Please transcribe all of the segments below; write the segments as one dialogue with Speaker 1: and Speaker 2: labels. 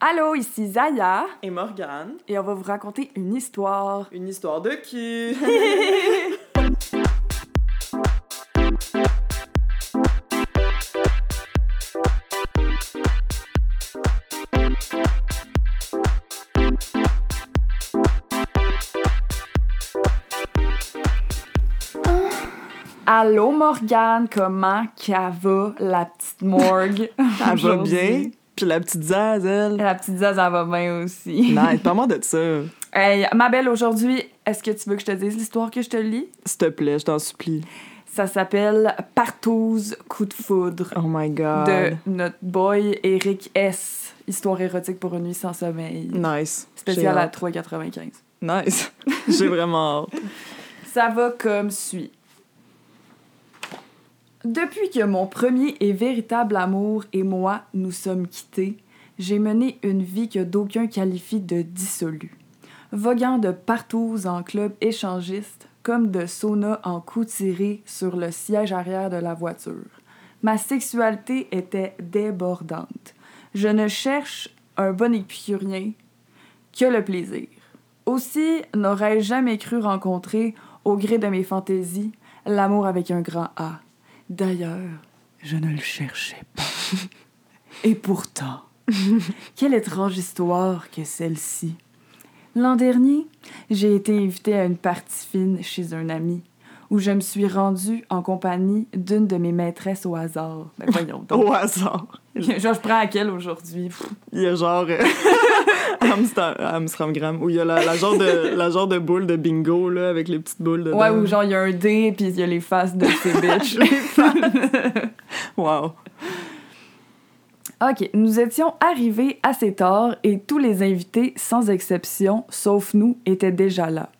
Speaker 1: Allô, ici Zaya
Speaker 2: et Morgane.
Speaker 1: et on va vous raconter une histoire.
Speaker 2: Une histoire de qui
Speaker 1: Allô Morgane, comment ça va la petite morgue?
Speaker 2: Ça va
Speaker 1: aujourd'hui?
Speaker 2: bien. Puis la petite Zaz, elle.
Speaker 1: La petite Zaza va bien aussi.
Speaker 2: Non, parle-moi de ça.
Speaker 1: Hey, ma belle, aujourd'hui, est-ce que tu veux que je te dise l'histoire que je te lis?
Speaker 2: S'il te plaît, je t'en supplie.
Speaker 1: Ça s'appelle Partouze coup de foudre
Speaker 2: Oh my god.
Speaker 1: de notre boy Eric S. Histoire érotique pour une nuit sans sommeil.
Speaker 2: Nice.
Speaker 1: Spécial à
Speaker 2: J'ai
Speaker 1: 3,95.
Speaker 2: hâte. Nice. J'ai vraiment hâte.
Speaker 1: Ça va comme suit. Depuis que mon premier et véritable amour et moi nous sommes quittés, j'ai mené une vie que d'aucuns qualifient de dissolue. Voguant de partout en club échangiste, comme de sauna en coup tiré sur le siège arrière de la voiture. Ma sexualité était débordante. Je ne cherche un bon épicurien que le plaisir. Aussi n'aurais-je jamais cru rencontrer, au gré de mes fantaisies, l'amour avec un grand A. D'ailleurs, je ne le cherchais pas. Et pourtant, quelle étrange histoire que celle-ci. L'an dernier, j'ai été invitée à une partie fine chez un ami, où je me suis rendue en compagnie d'une de mes maîtresses au hasard. Ben voyons donc.
Speaker 2: Au hasard.
Speaker 1: Genre, je prends à quelle aujourd'hui? Pff.
Speaker 2: Il y a genre. euh, Amstam- Amstramgram, où il y a la, la genre de, la genre de boule de bingo, là, avec les petites boules dedans.
Speaker 1: Ouais, ou genre, il y a un dé, puis il y a les faces de ces bitches.
Speaker 2: Wow.
Speaker 1: OK, nous étions arrivés assez tard et tous les invités, sans exception, sauf nous, étaient déjà là.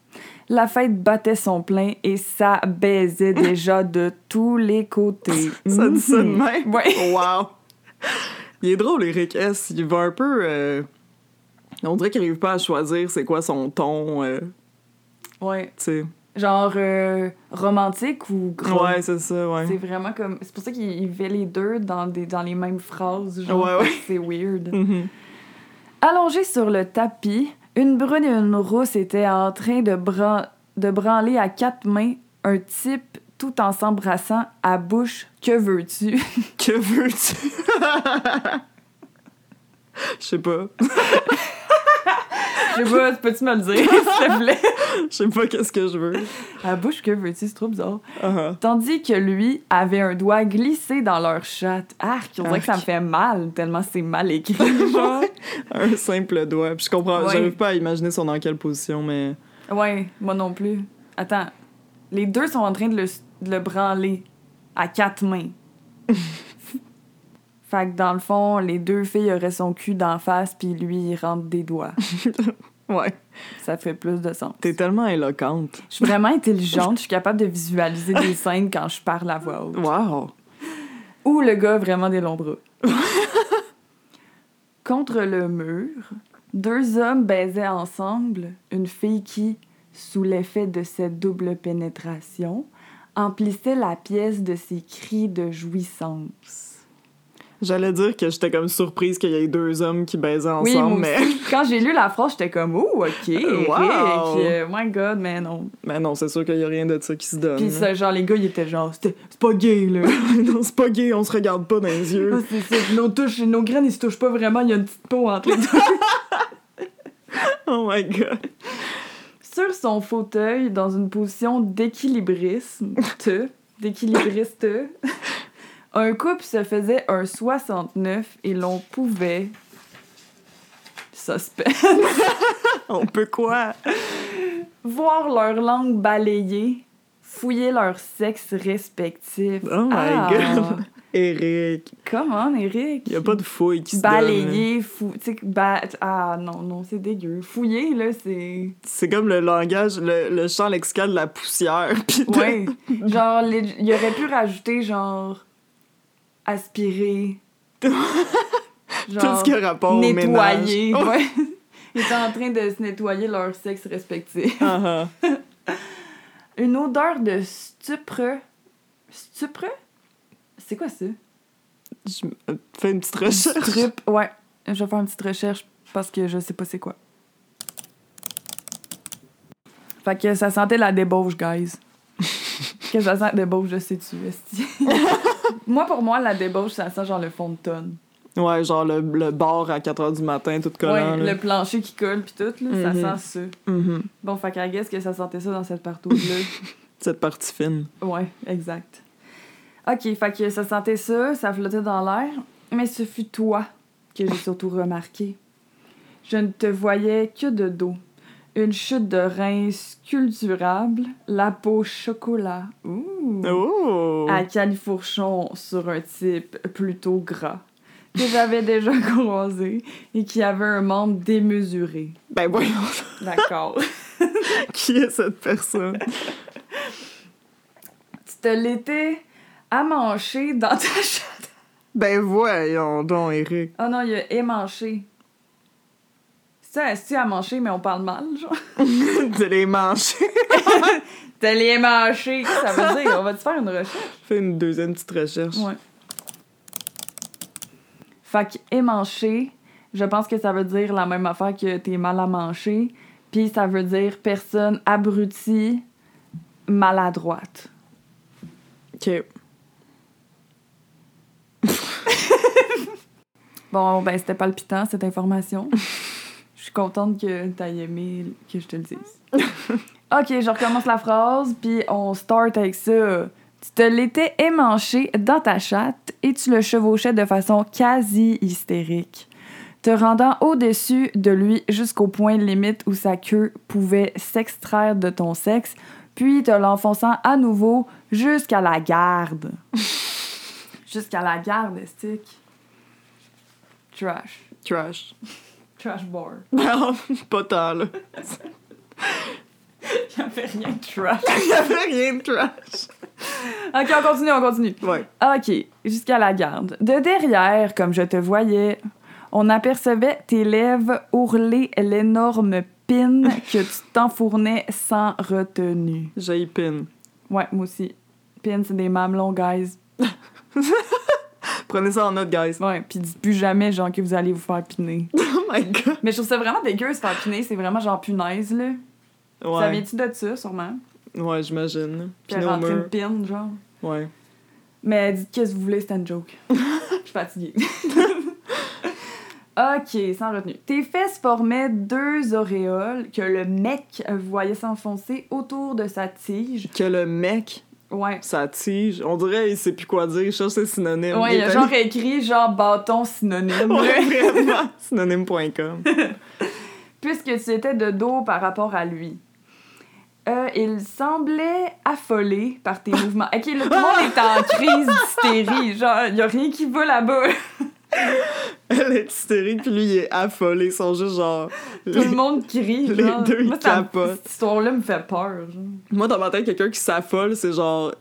Speaker 1: La fête battait son plein et ça baisait déjà de tous les côtés. Mhm.
Speaker 2: Ça dit ça de même?
Speaker 1: Ouais.
Speaker 2: Wow! Il est drôle, Eric S. Il va un peu. euh, On dirait qu'il n'arrive pas à choisir c'est quoi son ton, euh, tu
Speaker 1: Ouais.
Speaker 2: sais.
Speaker 1: Genre euh, romantique ou gros.
Speaker 2: Ouais, c'est ça,
Speaker 1: C'est
Speaker 2: ouais.
Speaker 1: vraiment comme. C'est pour ça qu'il il fait les deux dans, des, dans les mêmes phrases. Genre,
Speaker 2: Ouais, ouais.
Speaker 1: C'est weird.
Speaker 2: Mhm.
Speaker 1: Allongée sur le tapis, une brune et une rousse étaient en train de, bran- de branler à quatre mains un type tout en s'embrassant à bouche que veux-tu.
Speaker 2: Que veux-tu? Je sais pas.
Speaker 1: Je sais pas, peux-tu me le dire, s'il te plaît?
Speaker 2: Je sais pas qu'est-ce que je veux.
Speaker 1: À bouche que veux-tu, c'est trop bizarre.
Speaker 2: Ah,
Speaker 1: Tandis que lui avait un doigt glissé dans leur chatte. Arc, on dirait que ça me
Speaker 2: Arc.
Speaker 1: fait mal, tellement c'est mal écrit. genre.
Speaker 2: ah. Un simple doigt. Puis je comprends,
Speaker 1: Ouais.
Speaker 2: j'arrive pas à imaginer son dans quelle position, mais.
Speaker 1: Ouais, moi non plus. Attends, les deux sont en train de le, de le branler à quatre mains. fait que dans le fond, les deux filles auraient son cul d'en face, puis lui, il rentre des doigts.
Speaker 2: Ouais.
Speaker 1: Ça fait plus de sens.
Speaker 2: T'es tellement éloquente.
Speaker 1: Je suis vraiment intelligente, je suis capable de visualiser des scènes quand je parle à voix haute.
Speaker 2: Wow!
Speaker 1: Ou le gars a vraiment des longs bras. Contre le mur, deux hommes baisaient ensemble une fille qui, sous l'effet de cette double pénétration, emplissait la pièce de ses cris de jouissance.
Speaker 2: J'allais dire que j'étais comme surprise qu'il y ait deux hommes qui baisaient
Speaker 1: Oui, moi
Speaker 2: ensemble, mais.
Speaker 1: aussi, quand j'ai lu la phrase, j'étais comme « Oh, OK, Eric,
Speaker 2: Wow.
Speaker 1: euh, my God, mais non.
Speaker 2: Mais non, c'est sûr qu'il y a rien de ça qui se donne.
Speaker 1: Puis ça, genre, les gars, ils étaient genre « C'était- C'est pas gay, là.
Speaker 2: non, c'est pas gay, on se regarde pas dans les
Speaker 1: Ah,
Speaker 2: yeux.
Speaker 1: c'est ça. Nos, touches, nos graines, ils se touchent pas vraiment, il y a une petite peau entre les deux.
Speaker 2: Oh my god.
Speaker 1: sur son fauteuil dans une position d'équilibrisme, te- d'équilibriste, un couple se faisait un 69 et l'on pouvait suspect
Speaker 2: On peut quoi?
Speaker 1: voir leur langue balayée, fouiller leur sexe respectif.
Speaker 2: Oh my God. Eric,
Speaker 1: Comment, Eric?
Speaker 2: y a pas de fouille qui se donne.
Speaker 1: Balayer, fou... tu sais, ba- Ah non, non, c'est dégueu. Fouiller, là, c'est...
Speaker 2: C'est comme le langage, le, le chant lexical de la poussière. Pis de-
Speaker 1: Ouais. genre, les- il aurait pu rajouter, genre, aspirer.
Speaker 2: tout ce qui a rapport au
Speaker 1: nettoyer.
Speaker 2: ménage.
Speaker 1: Ouais. Ils étaient en train de se nettoyer leur sexe respectif.
Speaker 2: Oh, ah, ah.
Speaker 1: Une odeur de stupre. Stupre? C'est quoi ça?
Speaker 2: Je me- fais une petite recherche.
Speaker 1: Strup. Ouais. Je vais faire une petite recherche parce que je sais pas c'est quoi. Fait que ça sentait la débauche, guys. que ça sent la débauche, je sais-tu, esti. moi, pour moi, la débauche, ça sent genre le fond de tonne.
Speaker 2: Ouais, genre le, le bar à 4 h du matin, tout collant.
Speaker 1: ouais,
Speaker 2: là.
Speaker 1: le plancher qui colle puis tout, là, ça
Speaker 2: Mhm.
Speaker 1: sent ça.
Speaker 2: Mhm.
Speaker 1: Bon, fait qu'à guess que ça sentait ça dans cette partout-là.
Speaker 2: Cette partie fine.
Speaker 1: Ouais, exact. OK, fait que ça sentait ça, ça flottait dans l'air, mais ce fut toi que j'ai surtout remarqué. Je ne te voyais que de dos. Une chute de reins sculpturable, la peau chocolat. Ouh!
Speaker 2: Oh!
Speaker 1: À califourchon sur un type plutôt gras que j'avais déjà croisé et qui avait un membre démesuré.
Speaker 2: Ben voyons,
Speaker 1: D'accord.
Speaker 2: qui est cette personne?
Speaker 1: tu te l'étais amanché dans ta chambre.
Speaker 2: ben voyons donc, Eric.
Speaker 1: Oh non, il y a émanché. C'est ça, c'est à manger, mais on parle mal, genre.
Speaker 2: de les manger.
Speaker 1: T'as les manchés, qu'est-ce que ça veut dire? On va te faire une recherche?
Speaker 2: Fais une deuxième petite recherche.
Speaker 1: Ouais. Fait que émanché, je pense que ça veut dire la même affaire que t'es mal à manger. Puis ça veut dire personne abrutie, maladroite.
Speaker 2: Ok.
Speaker 1: Bon, ben c'était palpitant, cette information. Je suis contente que t'aies aimé que je te le dise. OK, je recommence la phrase, puis on start avec ça. Tu te l'étais émanché dans ta chatte et tu le chevauchais de façon quasi hystérique, te rendant au-dessus de lui jusqu'au point limite où sa queue pouvait s'extraire de ton sexe, puis te l'enfonçant à nouveau jusqu'à la garde. jusqu'à la garde, stick. Trash.
Speaker 2: Trash.
Speaker 1: Trash bar.
Speaker 2: Non, pas tant, là.
Speaker 1: Y'avait rien de trash.
Speaker 2: Il y avait rien de trash.
Speaker 1: Ok, on continue, on continue.
Speaker 2: Ouais.
Speaker 1: Ok, jusqu'à la garde. De derrière, comme je te voyais, on apercevait tes lèvres ourler l'énorme pine que tu t'enfournais sans retenue.
Speaker 2: J'ai pin.
Speaker 1: Ouais, moi aussi. Pin, c'est des mamelons, guys.
Speaker 2: Prenez ça en note, guys.
Speaker 1: Ouais, pis dites plus jamais, genre, que vous allez vous faire piner.
Speaker 2: Oh my god.
Speaker 1: Mais je trouve ça vraiment dégueu, se faire piner. C'est vraiment genre punaise, là. Ça
Speaker 2: Ouais.
Speaker 1: vient-tu de ça, sûrement?
Speaker 2: Ouais, j'imagine.
Speaker 1: Puis
Speaker 2: Pinot
Speaker 1: rentrer une
Speaker 2: mur.
Speaker 1: pine, genre.
Speaker 2: Ouais.
Speaker 1: Mais dites qu'est-ce que vous voulez, c'est une joke. Je suis fatiguée. ok, sans retenue. Tes fesses formaient deux auréoles que le mec voyait s'enfoncer autour de sa tige.
Speaker 2: Que le mec,
Speaker 1: Ouais.
Speaker 2: sa tige, on dirait il sait plus quoi dire. Je cherche ses synonymes.
Speaker 1: Ouais,
Speaker 2: Il
Speaker 1: il a
Speaker 2: est
Speaker 1: genre écrit genre bâton synonyme.
Speaker 2: allé- Ouais, vraiment. Synonyme.com.
Speaker 1: puisque tu étais de dos par rapport à lui. Euh, il semblait affolé par tes mouvements. Ok, le monde est en crise d'hystérie. Genre, y a rien qui va là-bas.
Speaker 2: Elle est hystérique, puis lui, il est affolé. Ils sont juste genre.
Speaker 1: Tout le monde crie.
Speaker 2: les
Speaker 1: genre.
Speaker 2: deux, ils
Speaker 1: Moi, ça-
Speaker 2: capotent.
Speaker 1: Cette histoire-là me fait peur. genre.
Speaker 2: Moi, dans ma tête, quelqu'un qui s'affole, c'est genre.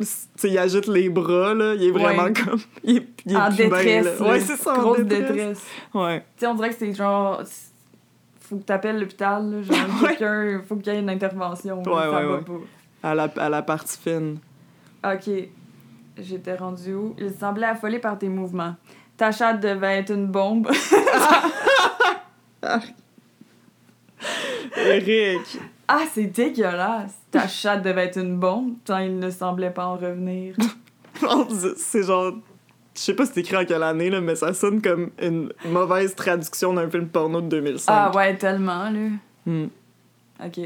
Speaker 2: Tu sais, il agite les bras, là. Il est vraiment
Speaker 1: Ouais.
Speaker 2: comme. Il est, il est
Speaker 1: en
Speaker 2: plus bien,
Speaker 1: détresse.
Speaker 2: là.
Speaker 1: là.
Speaker 2: Ouais, c'est ça, en
Speaker 1: Grosse
Speaker 2: détresse.
Speaker 1: détresse.
Speaker 2: Ouais.
Speaker 1: Tu sais, on dirait que c'est genre. c'est- Faut que t'appelles l'hôpital, là, genre,
Speaker 2: Ouais.
Speaker 1: quelqu'un, faut qu'il y ait une intervention. là,
Speaker 2: Ouais,
Speaker 1: ça
Speaker 2: ouais,
Speaker 1: va
Speaker 2: ouais. À la, à la partie fine.
Speaker 1: pas. Ok, j'étais rendue où? Il semblait affolé par tes mouvements. Ta chatte devait être une bombe.
Speaker 2: Eric!
Speaker 1: ah, c'est dégueulasse! Ta chatte devait être une bombe, tant il ne semblait pas en revenir.
Speaker 2: On dit- c'est genre. Je sais pas si c'est écrit en quelle année, là, mais ça sonne comme une mauvaise traduction d'un film porno de 2005.
Speaker 1: ah ouais, tellement, là.
Speaker 2: Hmm.
Speaker 1: Ok.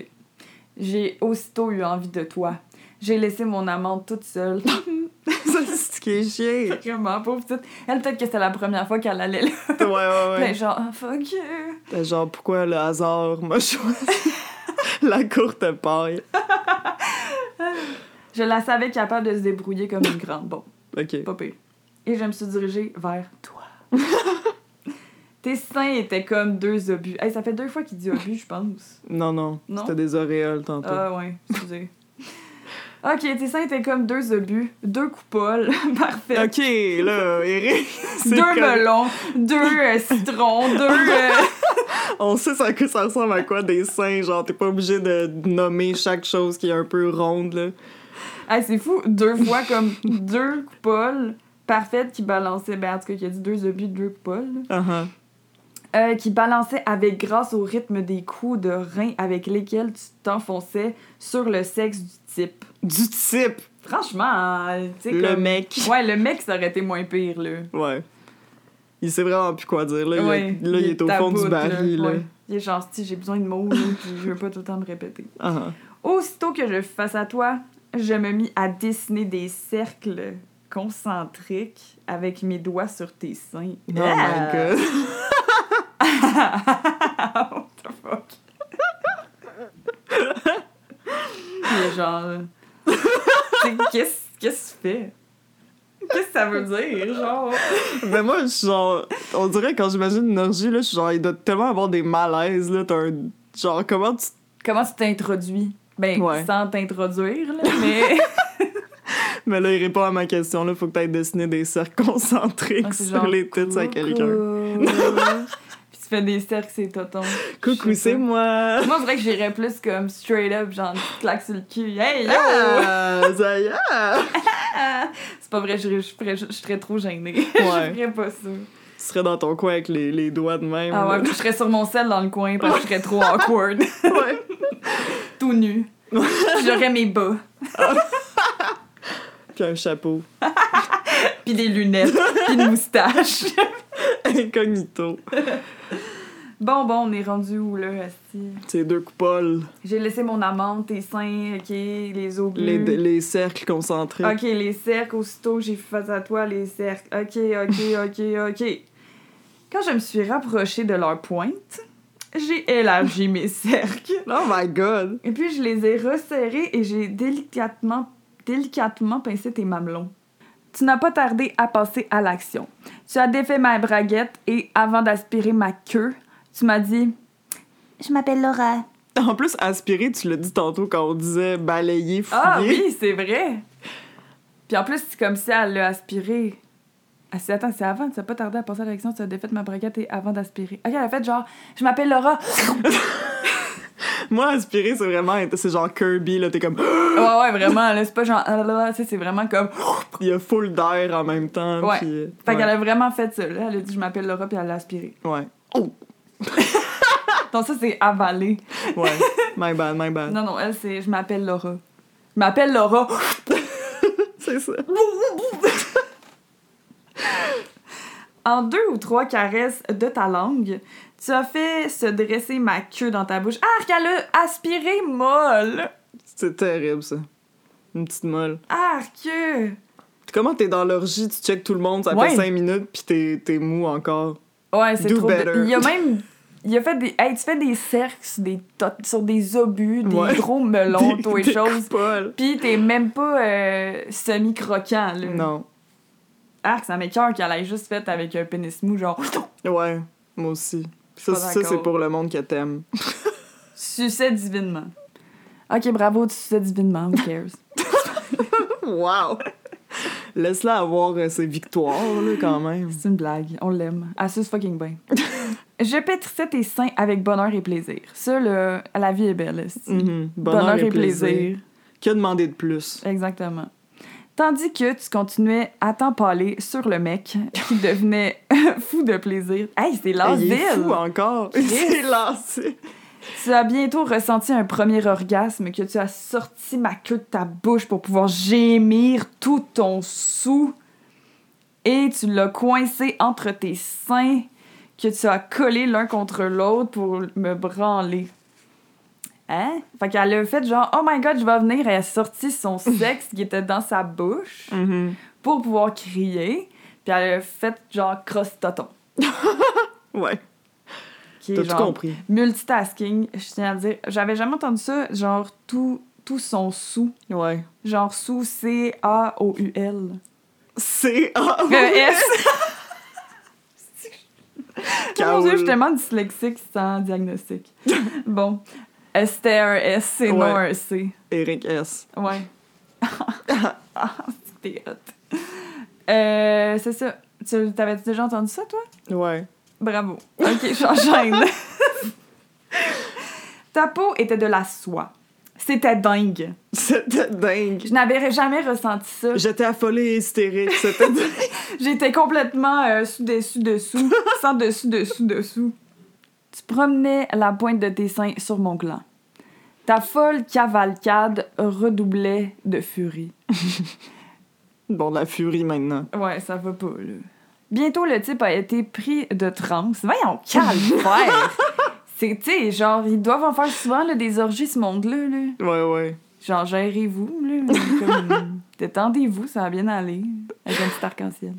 Speaker 1: J'ai aussitôt eu envie de toi. J'ai laissé mon amante toute seule.
Speaker 2: ça, c'est ce qui est chiant.
Speaker 1: Vraiment pauvre petite. Elle, peut-être que c'était la première fois qu'elle allait là.
Speaker 2: Ouais, ouais, ouais.
Speaker 1: Ben, genre, Ah, fuck you.
Speaker 2: T'es Genre, pourquoi le hasard m'a choisi la courte paille?
Speaker 1: Je la savais capable de se débrouiller comme une grande. Bon,
Speaker 2: Ok.
Speaker 1: pas pire. Et je me suis dirigée vers toi. Tes seins étaient comme deux obus. Hey, ça fait deux fois qu'il dit obus, je pense.
Speaker 2: Non, non.
Speaker 1: Non?
Speaker 2: C'était des auréoles tantôt.
Speaker 1: Ah ouais, excusez. ok, tes seins étaient comme deux obus, deux coupoles, parfait.
Speaker 2: Ok, là, Eric, c'est
Speaker 1: Deux
Speaker 2: comme-
Speaker 1: melons, deux euh, citrons, deux. euh,
Speaker 2: on sait ça, que ça ressemble à quoi des seins, genre t'es pas obligé de nommer chaque chose qui est un peu ronde, là.
Speaker 1: Hey, c'est fou, deux fois comme deux coupoles parfaites qui balançaient. Ben, en tout cas, qui a dit deux obus, deux coupoles.
Speaker 2: Uh-huh.
Speaker 1: euh, qui balançait avec grâce au rythme des coups de rein avec lesquels tu t'enfonçais sur le sexe du type.
Speaker 2: Du type,
Speaker 1: Franchement, euh, tu sais,
Speaker 2: le
Speaker 1: comme-
Speaker 2: mec.
Speaker 1: Ouais, le mec, ça aurait été moins pire, là.
Speaker 2: Ouais. Il sait vraiment plus quoi dire. Là, il a-
Speaker 1: Ouais,
Speaker 2: là, il est au fond
Speaker 1: taboute,
Speaker 2: du baril. Là.
Speaker 1: ouais. Il est genre, si j'ai besoin de mots, là, puis je veux pas tout le temps me répéter.
Speaker 2: Ah,
Speaker 1: Aussitôt que je fus face à toi, je me mis à dessiner des cercles concentriques avec mes doigts sur tes seins.
Speaker 2: Oh
Speaker 1: Ah!
Speaker 2: my god.
Speaker 1: What the fuck? Il est genre. T'sais, Qu'est-ce qu'est-ce que tu fais? Qu'est-ce que ça veut dire? Genre.
Speaker 2: Mais moi, je suis genre. On dirait quand j'imagine une orgie, là, je suis genre, il doit tellement avoir des malaises. Là, t'as un. Genre, comment tu.
Speaker 1: Comment tu t'introduis? Ben,
Speaker 2: Ouais.
Speaker 1: sans t'introduire, là, mais.
Speaker 2: Mais là, il répond à ma question. Là, faut que t'ailles dessiner des cercles concentriques
Speaker 1: Ah, c'est
Speaker 2: sur
Speaker 1: genre,
Speaker 2: les têtes à quelqu'un.
Speaker 1: Coucou. Puis tu fais des cercles, c'est toton.
Speaker 2: Coucou, c'est moi.
Speaker 1: Moi, c'est vrai que j'irais plus comme straight up, genre, une petite claque sur le cul. Hey, yo!
Speaker 2: Ah, ça y est.
Speaker 1: Ah! C'est pas vrai, je, je, ferais- je serais trop gênée.
Speaker 2: Ouais.
Speaker 1: je ferais pas ça.
Speaker 2: Tu serais dans ton coin avec les, les doigts de même.
Speaker 1: Ah ouais,
Speaker 2: là.
Speaker 1: puis je serais sur mon sel dans le coin parce que je serais trop awkward,
Speaker 2: ouais.
Speaker 1: tout nu. Puis J'aurais mes bas,
Speaker 2: Puis un chapeau.
Speaker 1: puis des lunettes, puis une moustache.
Speaker 2: Incognito.
Speaker 1: Bon, bon, on est rendu où là, asti?
Speaker 2: Ces deux coupoles.
Speaker 1: J'ai laissé mon amande, tes seins, ok, les obus.
Speaker 2: Les, les cercles concentriques.
Speaker 1: Mm. Ok, les cercles, aussitôt j'ai fait face à toi, les cercles. Ok, ok, ok, ok. Quand je me suis rapprochée de leur pointe, j'ai élargi mes cercles.
Speaker 2: Oh my god!
Speaker 1: Et puis je les ai resserrés et j'ai délicatement, délicatement pincé tes mamelons. Tu n'as pas tardé à passer à l'action. Tu as défait ma braguette et avant d'aspirer ma queue, tu m'as dit
Speaker 3: Je m'appelle Laura.
Speaker 2: En plus, aspirer, tu l'as dit tantôt quand on disait balayer, fouiller.
Speaker 1: Ah oui, c'est vrai. Puis en plus, c'est comme si elle l'a aspiré. Ah, c'est, attends, c'est avant, tu n'as pas tardé à passer à l'action, tu as défait ma braguette et avant d'aspirer. Ok, elle a fait genre, je m'appelle Laura.
Speaker 2: Moi, aspirer, c'est vraiment. C'est genre Kirby, là, t'es comme.
Speaker 1: ouais, ouais, vraiment, là, c'est pas genre, ah, là, là, tu sais, c'est vraiment comme.
Speaker 2: Il y a full d'air en même temps.
Speaker 1: Ouais.
Speaker 2: Puis, euh,
Speaker 1: Fait
Speaker 2: ouais.
Speaker 1: qu'elle a vraiment fait ça, là. Elle a dit, je m'appelle Laura, puis elle l'a aspiré.
Speaker 2: Ouais. Oh!
Speaker 1: Donc ça, c'est avalé.
Speaker 2: Ouais. my bad, my bad.
Speaker 1: Non, non, elle, c'est je m'appelle Laura. Je m'appelle Laura.
Speaker 2: C'est ça.
Speaker 1: En deux ou trois caresses de ta langue, tu as fait se dresser ma queue dans ta bouche. Ah, qu'elle a aspiré molle!
Speaker 2: C'est terrible, ça. Une petite molle.
Speaker 1: Ah, que!
Speaker 2: Comment t'es dans l'orgie, tu checkes tout le monde, ça
Speaker 1: Ouais.
Speaker 2: fait 5 minutes, pis t'es, t'es mou encore.
Speaker 1: Ouais, c'est
Speaker 2: Do
Speaker 1: trop. de-
Speaker 2: better.
Speaker 1: Il y a même. Il a fait des. Hey, tu fais des cercles sur des, tot- sur des obus, des
Speaker 2: Ouais.
Speaker 1: gros melons, tout et
Speaker 2: T'es
Speaker 1: choses.
Speaker 2: coupole.
Speaker 1: Pis t'es même pas euh, semi-croquant, là.
Speaker 2: Non.
Speaker 1: Ah, ça m'écoeure qu'elle ait juste fait avec un pénis mou, genre.
Speaker 2: Ouais, moi aussi. Ça,
Speaker 1: Pas
Speaker 2: ça,
Speaker 1: d'accord.
Speaker 2: c'est pour le monde que t'aimes.
Speaker 1: Sucès divinement. Ok, bravo, tu sucais divinement, who cares?
Speaker 2: Wow! Laisse-la avoir euh, ses victoires, là, quand même.
Speaker 1: C'est une blague, on l'aime. Elle suce fucking bien. Je pétrissais tes seins avec bonheur et plaisir. Ça, là, la vie est belle. esti.
Speaker 2: Mhm. Que demander de plus?
Speaker 1: Exactement. Tandis que tu continuais à t'empaler sur le mec qui devenait fou de plaisir. Hey, c'est
Speaker 2: Hey, il
Speaker 1: l'asile!
Speaker 2: est fou hein. encore! Il s'est lancé!
Speaker 1: Tu as bientôt ressenti un premier orgasme que tu as sorti ma queue de ta bouche pour pouvoir gémir tout ton sou. Et tu l'as coincé entre tes seins que tu as collé l'un contre l'autre pour me branler. Hein? Fait qu'elle a fait genre, oh my god, je vais venir. Elle a sorti son sexe qui était dans sa bouche
Speaker 2: Mhm.
Speaker 1: pour pouvoir crier. Puis elle a fait genre cross-toton.
Speaker 2: Ouais,
Speaker 1: qui est
Speaker 2: t'as
Speaker 1: genre-
Speaker 2: tout compris.
Speaker 1: Multitasking, je tiens à le dire. J'avais jamais entendu ça, genre tout, tout son sous.
Speaker 2: Ouais.
Speaker 1: Genre sous C-A-O-U-L.
Speaker 2: C'est... Ah,
Speaker 1: Le S! Mon Dieu, je suis
Speaker 2: Caoul.
Speaker 1: tellement dyslexique sans diagnostic. bon. Euh, C'était un S, c'est
Speaker 2: Ouais.
Speaker 1: non un C.
Speaker 2: Eric S.
Speaker 1: Ouais. ah, c'était hot. Euh, c'est ça. Tu t'avais déjà entendu ça, toi?
Speaker 2: Ouais.
Speaker 1: Bravo. Ok, j'enchaîne. Ta peau était de la soie. C'était dingue.
Speaker 2: C'était dingue.
Speaker 1: Je n'avais jamais ressenti ça.
Speaker 2: J'étais affolée et hystérique. C'était...
Speaker 1: J'étais complètement euh, sous-dessus-dessous, sans dessus-dessous-dessous. Tu promenais la pointe de tes seins sur mon gland. Ta folle cavalcade redoublait de furie.
Speaker 2: Bon, de la furie maintenant.
Speaker 1: Ouais, ça va pas, là. Bientôt, le type a été pris de transe. Voyons, calvaire! C'est, tu sais, genre, ils doivent en faire souvent, là, des orgies, ce monde-là, là.
Speaker 2: Ouais, ouais.
Speaker 1: Genre, gérez-vous, là. mais comme, Détendez-vous, ça va bien aller. Avec un petit arc-en-ciel.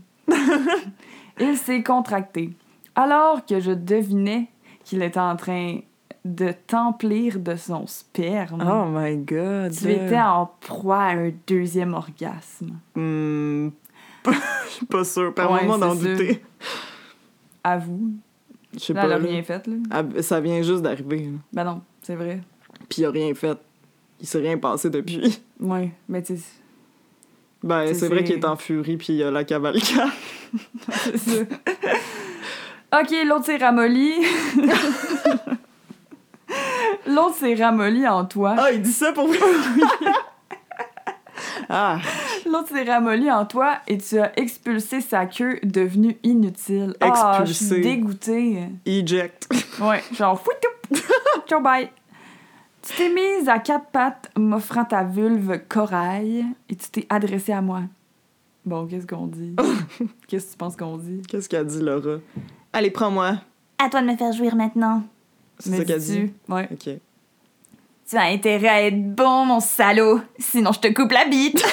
Speaker 1: Il s'est contracté. Alors que je devinais qu'il était en train de t'emplir de son sperme,
Speaker 2: Oh my god.
Speaker 1: tu étais en proie à un deuxième orgasme.
Speaker 2: Hmm, Je suis pas sûre. Par
Speaker 1: Ouais,
Speaker 2: moment
Speaker 1: c'est
Speaker 2: d'en
Speaker 1: sûr.
Speaker 2: douter.
Speaker 1: À vous.
Speaker 2: Je sais
Speaker 1: Là, elle
Speaker 2: pas.
Speaker 1: a rien fait, là.
Speaker 2: Ah, ben, ça vient juste d'arriver. là.
Speaker 1: Ben non, c'est vrai.
Speaker 2: Puis il a rien fait. Il s'est rien passé depuis.
Speaker 1: Ouais, mais tu sais,
Speaker 2: Ben,
Speaker 1: C'est-
Speaker 2: c'est vrai
Speaker 1: c'est-
Speaker 2: qu'il est en furie, puis il a la cavalcade.
Speaker 1: c'est ça. OK, l'autre s'est ramolli. l'autre s'est ramolli en toi.
Speaker 2: Ah, il dit ça pour vrai? ah,
Speaker 1: L'autre s'est ramolli en toi et tu as expulsé sa queue devenue inutile. Ah, je suis
Speaker 2: Expulsé.
Speaker 1: dégoûtée.
Speaker 2: eject.
Speaker 1: Ouais, genre fouit tout. Ciao bye. Tu t'es mise à quatre pattes, m'offrant ta vulve corail et tu t'es adressée à moi. Bon, qu'est-ce qu'on dit Qu'est-ce que tu penses qu'on dit
Speaker 2: Qu'est-ce qu'a dit Laura? Allez, prends-moi.
Speaker 3: À toi de me faire jouir maintenant.
Speaker 2: C'est ça qu'elle dit.
Speaker 1: dis-tu. Ouais.
Speaker 2: Ok.
Speaker 3: Tu as intérêt à être bon, mon salaud. Sinon, je te coupe la bite.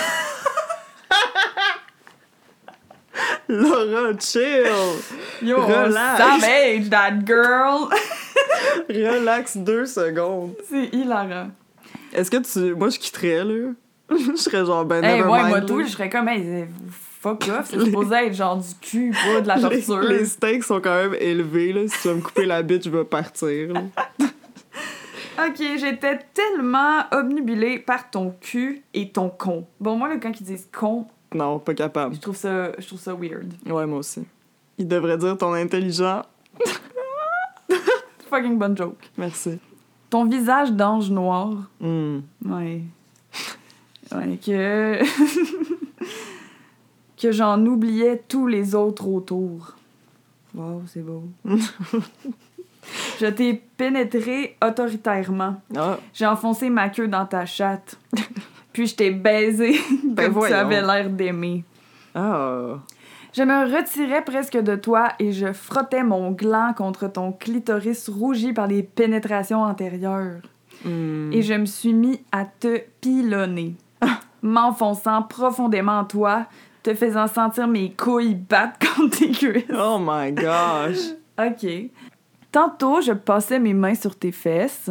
Speaker 2: Laura, chill!
Speaker 1: Yo,
Speaker 2: Relax.
Speaker 1: savage that girl.
Speaker 2: Relax deux secondes.
Speaker 1: C'est hilarant.
Speaker 2: Est-ce que tu. Moi, je quitterais, là. je serais genre, ben,
Speaker 1: Hey,
Speaker 2: never
Speaker 1: moi,
Speaker 2: mind,
Speaker 1: moi
Speaker 2: là.
Speaker 1: tout, je serais comme hey, fuck off, c'est
Speaker 2: Les-
Speaker 1: supposé être genre du cul, pas de la torture.
Speaker 2: les, les stakes sont quand même élevés, là. Si tu vas me couper la bite, je vais partir. là.
Speaker 1: Ok, j'étais tellement obnubilée par ton cul et ton con. Bon, moi, là, quand ils disent con,
Speaker 2: Non, pas capable.
Speaker 1: je trouve ça, je trouve ça weird.
Speaker 2: Ouais, moi aussi. Il devrait dire ton intelligent.
Speaker 1: Fucking bonne joke.
Speaker 2: Merci.
Speaker 1: Ton visage d'ange noir.
Speaker 2: Hmm.
Speaker 1: Ouais. Ouais, que. que j'en oubliais tous les autres autour. Wow, c'est beau. je t'ai pénétré autoritairement.
Speaker 2: Ah,
Speaker 1: J'ai enfoncé ma queue dans ta chatte. Puis je t'ai baisé comme
Speaker 2: Ben
Speaker 1: tu
Speaker 2: voyons.
Speaker 1: avais l'air d'aimer.
Speaker 2: ah.
Speaker 1: Je me retirais presque de toi et je frottais mon gland contre ton clitoris rougi par les pénétrations antérieures.
Speaker 2: Hmm.
Speaker 1: Et je me suis mis à te pilonner, m'enfonçant profondément en toi, te faisant sentir mes couilles battre contre tes cuisses.
Speaker 2: Oh my gosh.
Speaker 1: OK. Tantôt, je passais mes mains sur tes fesses.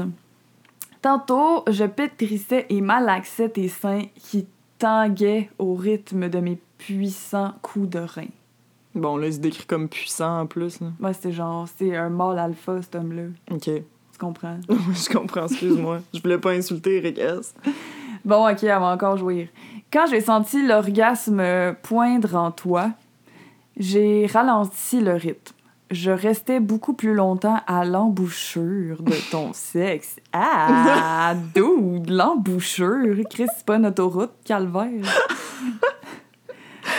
Speaker 1: Tantôt, je pétrissais et malaxais tes seins qui tanguaient au rythme de mes puissants coups de rein.
Speaker 2: Bon, là, il se décrit comme puissant en plus, là.
Speaker 1: Moi, c'était genre, c'est un mâle alpha, cet homme-là.
Speaker 2: Ok.
Speaker 1: Tu comprends?
Speaker 2: je comprends, excuse-moi. Je voulais pas insulter Eric S.
Speaker 1: Bon, OK, elle va encore jouir. Quand j'ai senti l'orgasme euh, poindre en toi, j'ai ralenti le rythme. Je restais beaucoup plus longtemps à l'embouchure de ton sexe. Ah, dude, l'embouchure. Chris, c'est pas une autoroute, calvaire.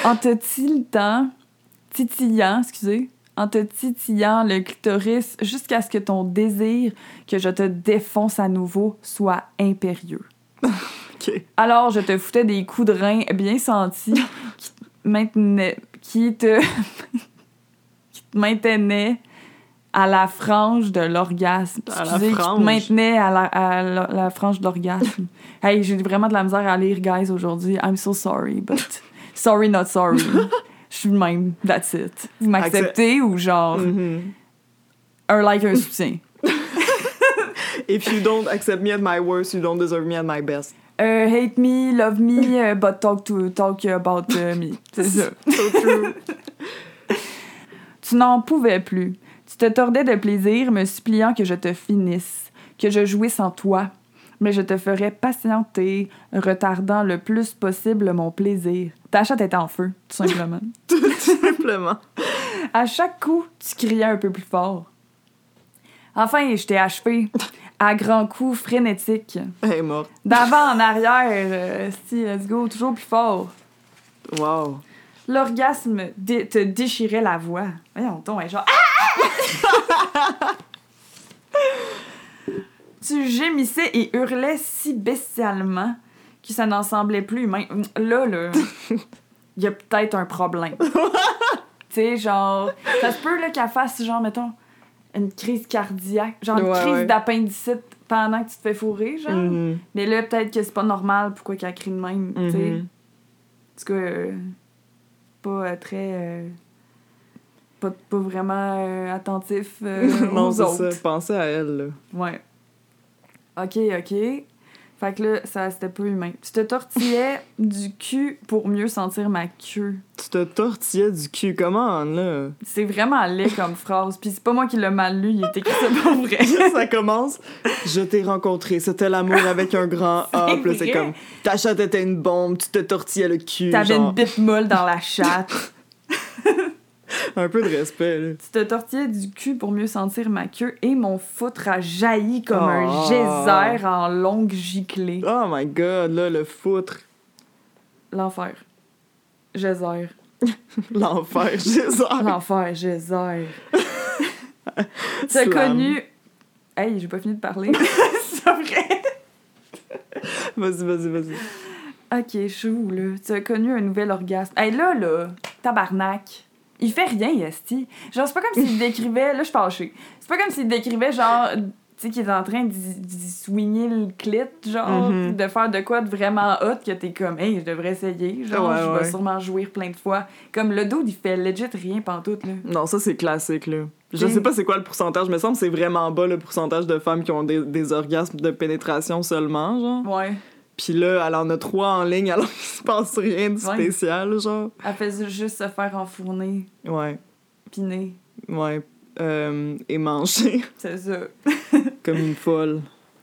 Speaker 1: en te tiltant, titillant, excusez, en te titillant le clitoris jusqu'à ce que ton désir que je te défonce à nouveau soit impérieux.
Speaker 2: Ok.
Speaker 1: Alors, je te foutais des coups de rein bien sentis qui te maintenaient, qui te, qui te maintenaient à la frange de l'orgasme.
Speaker 2: À la
Speaker 1: Excusez, Qui
Speaker 2: frange.
Speaker 1: te maintenaient à la, à la- la frange de l'orgasme. hey, j'ai vraiment de la misère à lire, guys, aujourd'hui. I'm so sorry, but sorry, not sorry. Je suis de même, that's it. Vous m'acceptez ou genre
Speaker 2: Mhm.
Speaker 1: un like, un soutien?
Speaker 2: If you don't accept me at my worst, you don't deserve me at my best.
Speaker 1: Euh, hate me, love me, euh, but talk, to, talk about euh, me. C'est ça.
Speaker 2: So true.
Speaker 1: Tu n'en pouvais plus. Tu te tordais de plaisir, me suppliant que je te finisse, que je jouisse en toi. Mais je te ferais patienter, retardant le plus possible mon plaisir. Ta chatte était en feu, tout simplement.
Speaker 2: Tout simplement.
Speaker 1: à chaque coup, tu criais un peu plus fort. Enfin, je t'ai achevé, à grands coups frénétiques.
Speaker 2: Elle est morte.
Speaker 1: D'avant en arrière, euh, si, let's go, toujours plus fort.
Speaker 2: Wow.
Speaker 1: L'orgasme dé- te déchirait la voix. Voyons donc, elle est genre... Ah! Tu gémissais et hurlais si bestialement que ça n'en semblait plus humain. Là, là, il y a peut-être un problème. tu sais, genre, ça se peut là, qu'elle fasse, genre, mettons, une crise cardiaque, genre une
Speaker 2: Ouais,
Speaker 1: crise
Speaker 2: ouais.
Speaker 1: d'appendicite pendant que tu te fais fourrer, genre.
Speaker 2: Mhm.
Speaker 1: Mais là, peut-être que c'est pas normal pourquoi qu'elle crie de même, tu sais.
Speaker 2: Mhm.
Speaker 1: En tout cas, euh, pas euh, très. euh, pas, pas vraiment euh, attentif euh,
Speaker 2: non,
Speaker 1: aux autres.
Speaker 2: c'est ça. Pensez à elle, là.
Speaker 1: Ouais. OK, OK. Fait que là, ça, c'était peu humain. Tu te tortillais du cul pour mieux sentir ma queue.
Speaker 2: Tu te tortillais du cul. Comment, là?
Speaker 1: C'est vraiment laid comme phrase. Puis c'est pas moi qui l'ai mal lu, il était écrit ça pour vrai.
Speaker 2: ça commence. Je t'ai rencontré. C'était l'amour avec un grand A. Puis là,
Speaker 1: Ah, vrai.
Speaker 2: C'est comme ta chatte était une bombe. Tu te tortillais le cul.
Speaker 1: T'avais
Speaker 2: genre.
Speaker 1: une bite molle dans la chatte.
Speaker 2: Un peu de respect, là.
Speaker 1: Tu te tortillais du cul pour mieux sentir ma queue et mon foutre a jailli comme un
Speaker 2: Oh.
Speaker 1: geyser en longue giclée.
Speaker 2: Oh my god, là, le foutre.
Speaker 1: L'enfer. Geyser.
Speaker 2: Ah L'enfer, Jésus.
Speaker 1: L'enfer, geyser. Tu as
Speaker 2: Slam.
Speaker 1: connu. Hey, j'ai pas fini de parler. C'est pas vrai.
Speaker 2: Vas-y, vas-y, vas-y.
Speaker 1: Ok, chou, là. Tu as connu un nouvel orgasme. Hey, là, là, tabarnak. Il fait rien, Esti. Genre, c'est pas comme s'il décrivait. Là, je suis fâchée. C'est pas comme s'il décrivait, genre, tu sais, qu'il est en train d'y d'y swinguer le clit, genre,
Speaker 2: Mhm.
Speaker 1: de faire de quoi de vraiment hot que t'es comme, hey, je devrais essayer. Genre,
Speaker 2: Ouais,
Speaker 1: je vais
Speaker 2: ouais.
Speaker 1: sûrement jouir plein de fois. Comme le dude, il fait legit rien pantoute, là.
Speaker 2: Non, ça, c'est classique, là. Je
Speaker 1: Oui.
Speaker 2: sais pas c'est quoi le pourcentage, mais semble que c'est vraiment bas le pourcentage de femmes qui ont des, des orgasmes de pénétration seulement, genre.
Speaker 1: Ouais.
Speaker 2: Puis là, elle en a trois en ligne alors qu'il se passe rien de
Speaker 1: Ouais.
Speaker 2: spécial, genre.
Speaker 1: Elle faisait juste se faire enfourner,
Speaker 2: Ouais,
Speaker 1: piner.
Speaker 2: ouais. Euh, et manger
Speaker 1: C'est ça.
Speaker 2: comme une folle.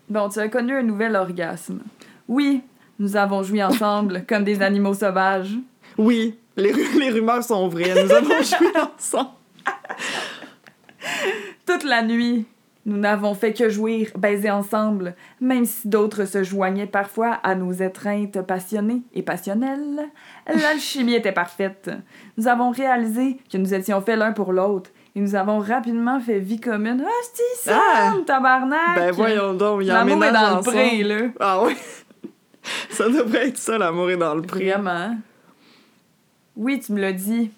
Speaker 1: Bon, tu as connu un nouvel orgasme. Oui, nous avons joui ensemble comme des animaux sauvages.
Speaker 2: Oui, les, ru- les rumeurs sont vraies. Nous avons joué ensemble.
Speaker 1: Toute la nuit, nous n'avons fait que jouir, baiser ensemble, même si d'autres se joignaient parfois à nos étreintes passionnées et passionnelles. L'alchimie était parfaite. Nous avons réalisé que nous étions faits l'un pour l'autre et nous avons rapidement fait vie commune. Ah, c'est ça,
Speaker 2: Ah!
Speaker 1: tabarnak!
Speaker 2: Ben voyons donc, il y a
Speaker 1: L'amour est dans le
Speaker 2: ensemble.
Speaker 1: pré, là.
Speaker 2: Ah oui. Ça devrait être ça, l'amour est dans le pré.
Speaker 1: Vraiment. Oui, tu me l'as dit.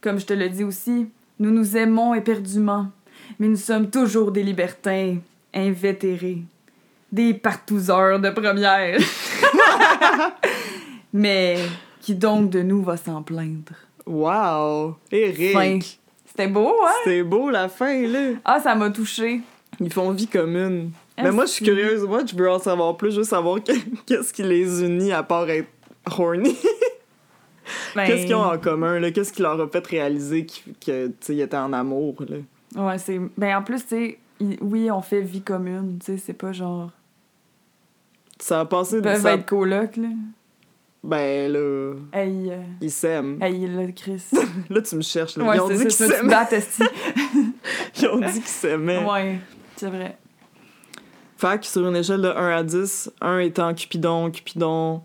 Speaker 1: Comme je te le dis aussi, nous nous aimons éperdument, mais nous sommes toujours des libertins, invétérés, des partouzeurs de première. mais qui donc de nous va s'en plaindre?
Speaker 2: Wow! Eric!
Speaker 1: Fin. C'était beau, hein?
Speaker 2: C'est beau la fin, là!
Speaker 1: Ah, ça m'a touchée.
Speaker 2: Ils font vie commune. Mais
Speaker 1: Ah,
Speaker 2: moi, je suis
Speaker 1: si.
Speaker 2: curieuse. Moi, je veux en savoir plus. Je veux savoir que- qu'est-ce qui les unit à part être horny.
Speaker 1: Ben,
Speaker 2: Qu'est-ce qu'ils ont en commun, là? Qu'est-ce qui leur a fait réaliser qu'ils que, tu sais, ils étaient en amour, là?
Speaker 1: Ouais, c'est. Ben, en plus, tu sais, i- oui, on fait vie commune, tu sais, c'est pas genre.
Speaker 2: Ça a passé
Speaker 1: Ils
Speaker 2: de
Speaker 1: peuvent
Speaker 2: ça.
Speaker 1: être coloc, là.
Speaker 2: Ben là,
Speaker 1: Hey, euh,
Speaker 2: ils s'aiment.
Speaker 1: hey, là, Chris.
Speaker 2: Là, tu me cherches. Là.
Speaker 1: Ouais,
Speaker 2: ils ont
Speaker 1: c'est
Speaker 2: dit
Speaker 1: ça,
Speaker 2: qu'ils
Speaker 1: je me suis
Speaker 2: s'aimaient.
Speaker 1: battue, esti.
Speaker 2: Ils ont dit qu'ils s'aimaient.
Speaker 1: Ouais, c'est vrai.
Speaker 2: Fait que sur une échelle de 1 à 10, 1 étant Cupidon, Cupidon,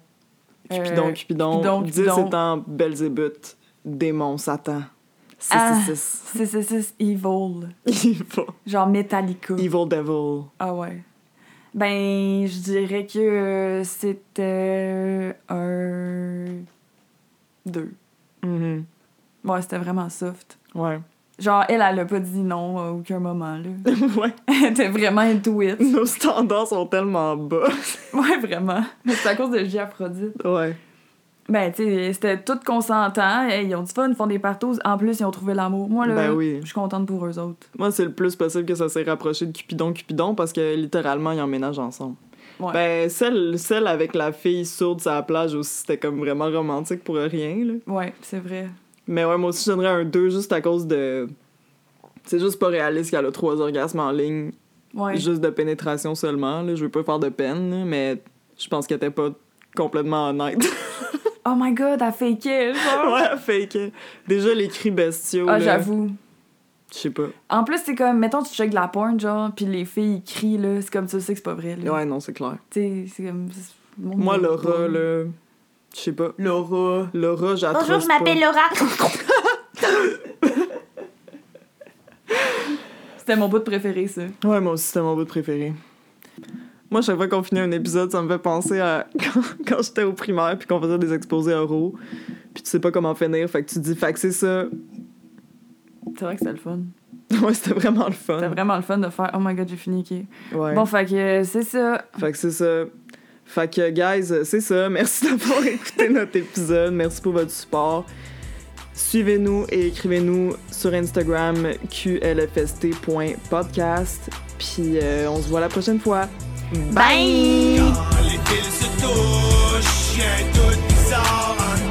Speaker 2: Cupidon,
Speaker 1: Euh,
Speaker 2: Cupidon,
Speaker 1: Cupidon,
Speaker 2: 10
Speaker 1: Cupidon.
Speaker 2: étant Belzébuth, démon, Satan. 6,
Speaker 1: Ah.
Speaker 2: 6,
Speaker 1: 666 Evil.
Speaker 2: 6. Evil.
Speaker 1: Genre Metallica.
Speaker 2: Evil Devil.
Speaker 1: Ah ouais. Ben, je dirais que euh, c'était un. Deux. Mm-hmm.
Speaker 2: Mhm.
Speaker 1: Ouais, c'était vraiment soft.
Speaker 2: Ouais.
Speaker 1: Genre, elle, elle a pas dit non à aucun moment, là.
Speaker 2: ouais.
Speaker 1: Elle était vraiment into it.
Speaker 2: Nos standards sont tellement bas.
Speaker 1: Ouais, vraiment. Mais c'est à cause de J. Aphrodite.
Speaker 2: ouais.
Speaker 1: Ben, tu sais, c'était tout consentant. Hey, ils ont du fun, ils font des partous. En plus, ils ont trouvé l'amour. Moi, là,
Speaker 2: Ben oui.
Speaker 1: je suis contente pour eux autres.
Speaker 2: Moi, c'est le plus possible que ça s'est rapproché de Cupidon, Cupidon, parce que littéralement, ils emménagent ensemble.
Speaker 1: Ouais.
Speaker 2: Ben, celle, celle avec la fille sourde sur la plage aussi, c'était comme vraiment romantique pour rien, là.
Speaker 1: Ouais, c'est vrai.
Speaker 2: Mais ouais, moi aussi, je donnerais un 2 juste à cause de. C'est juste pas réaliste qu'elle a trois orgasmes en ligne,
Speaker 1: Ouais.
Speaker 2: juste de pénétration seulement, là. Je veux pas faire de peine, là, mais je pense qu'elle était pas complètement honnête.
Speaker 1: Oh my god, elle fakeait, genre.
Speaker 2: ouais, fait que. Déjà, les cris bestiaux.
Speaker 1: Ah,
Speaker 2: là,
Speaker 1: j'avoue.
Speaker 2: Je sais pas.
Speaker 1: En plus, c'est comme, mettons, tu check de la porn, genre, pis les filles ils crient, là, c'est comme tu sais que c'est pas vrai, là.
Speaker 2: Ouais, non, c'est clair.
Speaker 1: Tu sais, c'est comme. c'est- mon
Speaker 2: Moi,
Speaker 1: Dieu,
Speaker 2: Laura,
Speaker 1: pas-
Speaker 2: là. Je sais pas.
Speaker 1: Laura.
Speaker 2: Laura, j'atroce.
Speaker 3: Bonjour, je m'appelle Laura.
Speaker 1: C'était mon bout préféré, ça.
Speaker 2: pas. Ouais, moi aussi, c'était mon bout préféré. Moi, chaque fois qu'on finit un épisode, ça me fait penser à quand, quand j'étais au primaire puis qu'on faisait des exposés oraux. Puis tu sais pas comment finir, fait que tu dis, fait que c'est ça.
Speaker 1: C'est vrai que c'était le fun.
Speaker 2: Ouais, c'était vraiment le fun.
Speaker 1: C'était vraiment le fun de faire Oh my god, j'ai fini. ok.
Speaker 2: Ouais.
Speaker 1: Bon, fait que euh, c'est ça.
Speaker 2: Fait que c'est ça. Fait que, guys, c'est ça. Merci d'avoir écouté notre épisode. Merci pour votre support. Suivez-nous et écrivez-nous sur Instagram qlfst.podcast. Puis euh, on se voit la prochaine fois.
Speaker 3: Bye!
Speaker 4: Quand les fils se touchent, y'a un doute bizarre en